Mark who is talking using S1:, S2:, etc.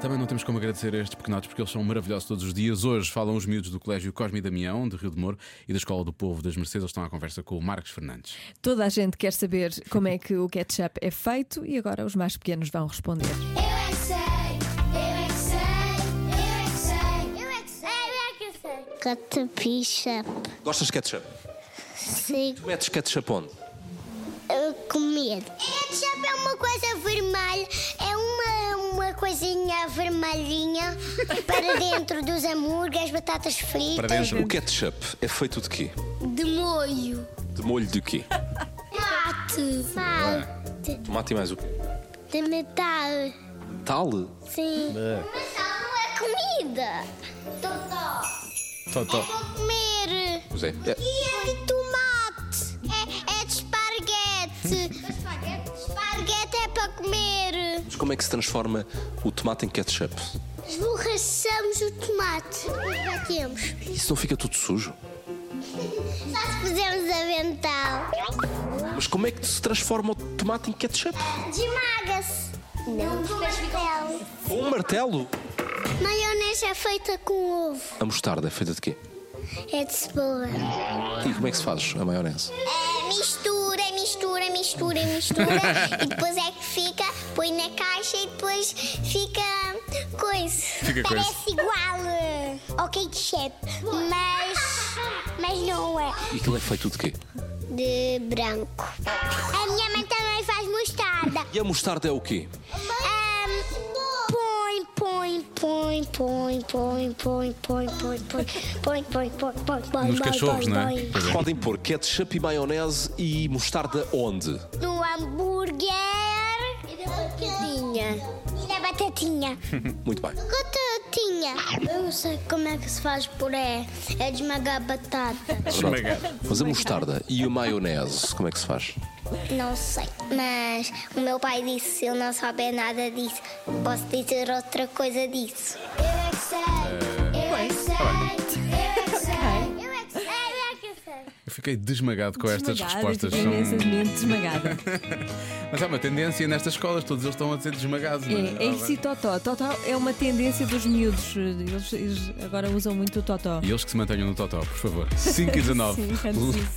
S1: Também não temos como agradecer a estes pequenotes porque eles são maravilhosos todos os dias. Hoje falam os miúdos do Colégio Cosme e Damião, de Rio de Moro, e da Escola do Povo das Mercedes. Eles estão à conversa com o Marcos Fernandes.
S2: Toda a gente quer saber como é que o ketchup é feito e agora os mais pequenos vão responder.
S3: Eu é que sei, eu é que sei, eu é que sei, eu é que sei, eu é que sei.
S4: Catapicha,
S5: Gostas de ketchup?
S4: sim,
S5: Metes ketchup onde?
S4: eu comer.
S3: Ketchup é uma coisa vermelha, é uma, uma coisinha vermelhinha para dentro dos hambúrgueres, batatas fritas.
S1: Para dentro.
S5: O ketchup é feito de quê?
S3: De molho.
S5: De molho de quê?
S3: Mate. Mate.
S5: Tomate e mais o quê?
S3: De metal.
S5: Tal?
S3: Sim. Mas só não é comida. Totó. É para comer.
S5: Pois é. É.
S3: E é de tomate. É, é de esparguete. É esparguete? Esparguete é para comer.
S5: Mas como é que se transforma o tomate em ketchup?
S3: Esborrachamos o tomate. Batemos.
S5: Isso não fica tudo sujo?
S3: Só se fizermos avental.
S5: Mas como é que se transforma o tomate em ketchup?
S3: Desmaga-se. Não, com martelo.
S5: Com um martelo?
S3: Maionese é feita com ovo.
S5: A mostarda é feita de quê?
S3: É de cebola.
S5: E como é que se faz a maionese?
S3: É, mistura, mistura, mistura, mistura. e depois é que fica, põe na caixa e depois fica coisa.
S1: Fica coisa.
S3: Parece igual eh, ao ketchup, mas, mas não é.
S5: E aquilo é feito de quê?
S3: De branco. A minha mãe também faz mostarda.
S5: E a mostarda é o quê?
S3: Ahm, põe, põe, põe, põe, põe, põe, põe, põe, põe, põe, põe, põe, põe, põe,
S1: Nos
S3: põe,
S1: cachorros,
S3: põe,
S1: não é?
S3: põe.
S1: Pois é.
S5: Podem pôr ketchup e maionese e mostarda onde?
S3: No hambúrguer. E da batatinha. E da batatinha.
S5: Muito bem.
S3: Batatinha. Eu não sei como é que se faz puré. É de esmagar batata.
S1: Esmagar.
S5: Mas a mostarda e a maionese, como é que se faz?
S3: Não sei. Mas o meu pai disse: se eu não souber nada disso, posso dizer outra coisa disso. Eu é que sei. Eu é que sei. Eu é que sei. Eu é que sei. Eu é que sei.
S1: Eu fiquei desmagado com estas
S2: Desmagada,
S1: respostas.
S2: fiquei
S1: São...
S2: imensamente É, desmagada.
S1: Mas há uma tendência nestas escolas, todos eles estão a ser desmagados. não
S2: É, é isso e totó. Totó é uma tendência dos miúdos. Eles, eles agora usam muito o totó.
S1: E eles que se mantenham no Totó, por favor. 5 e 19.
S2: Sim, é antes disso.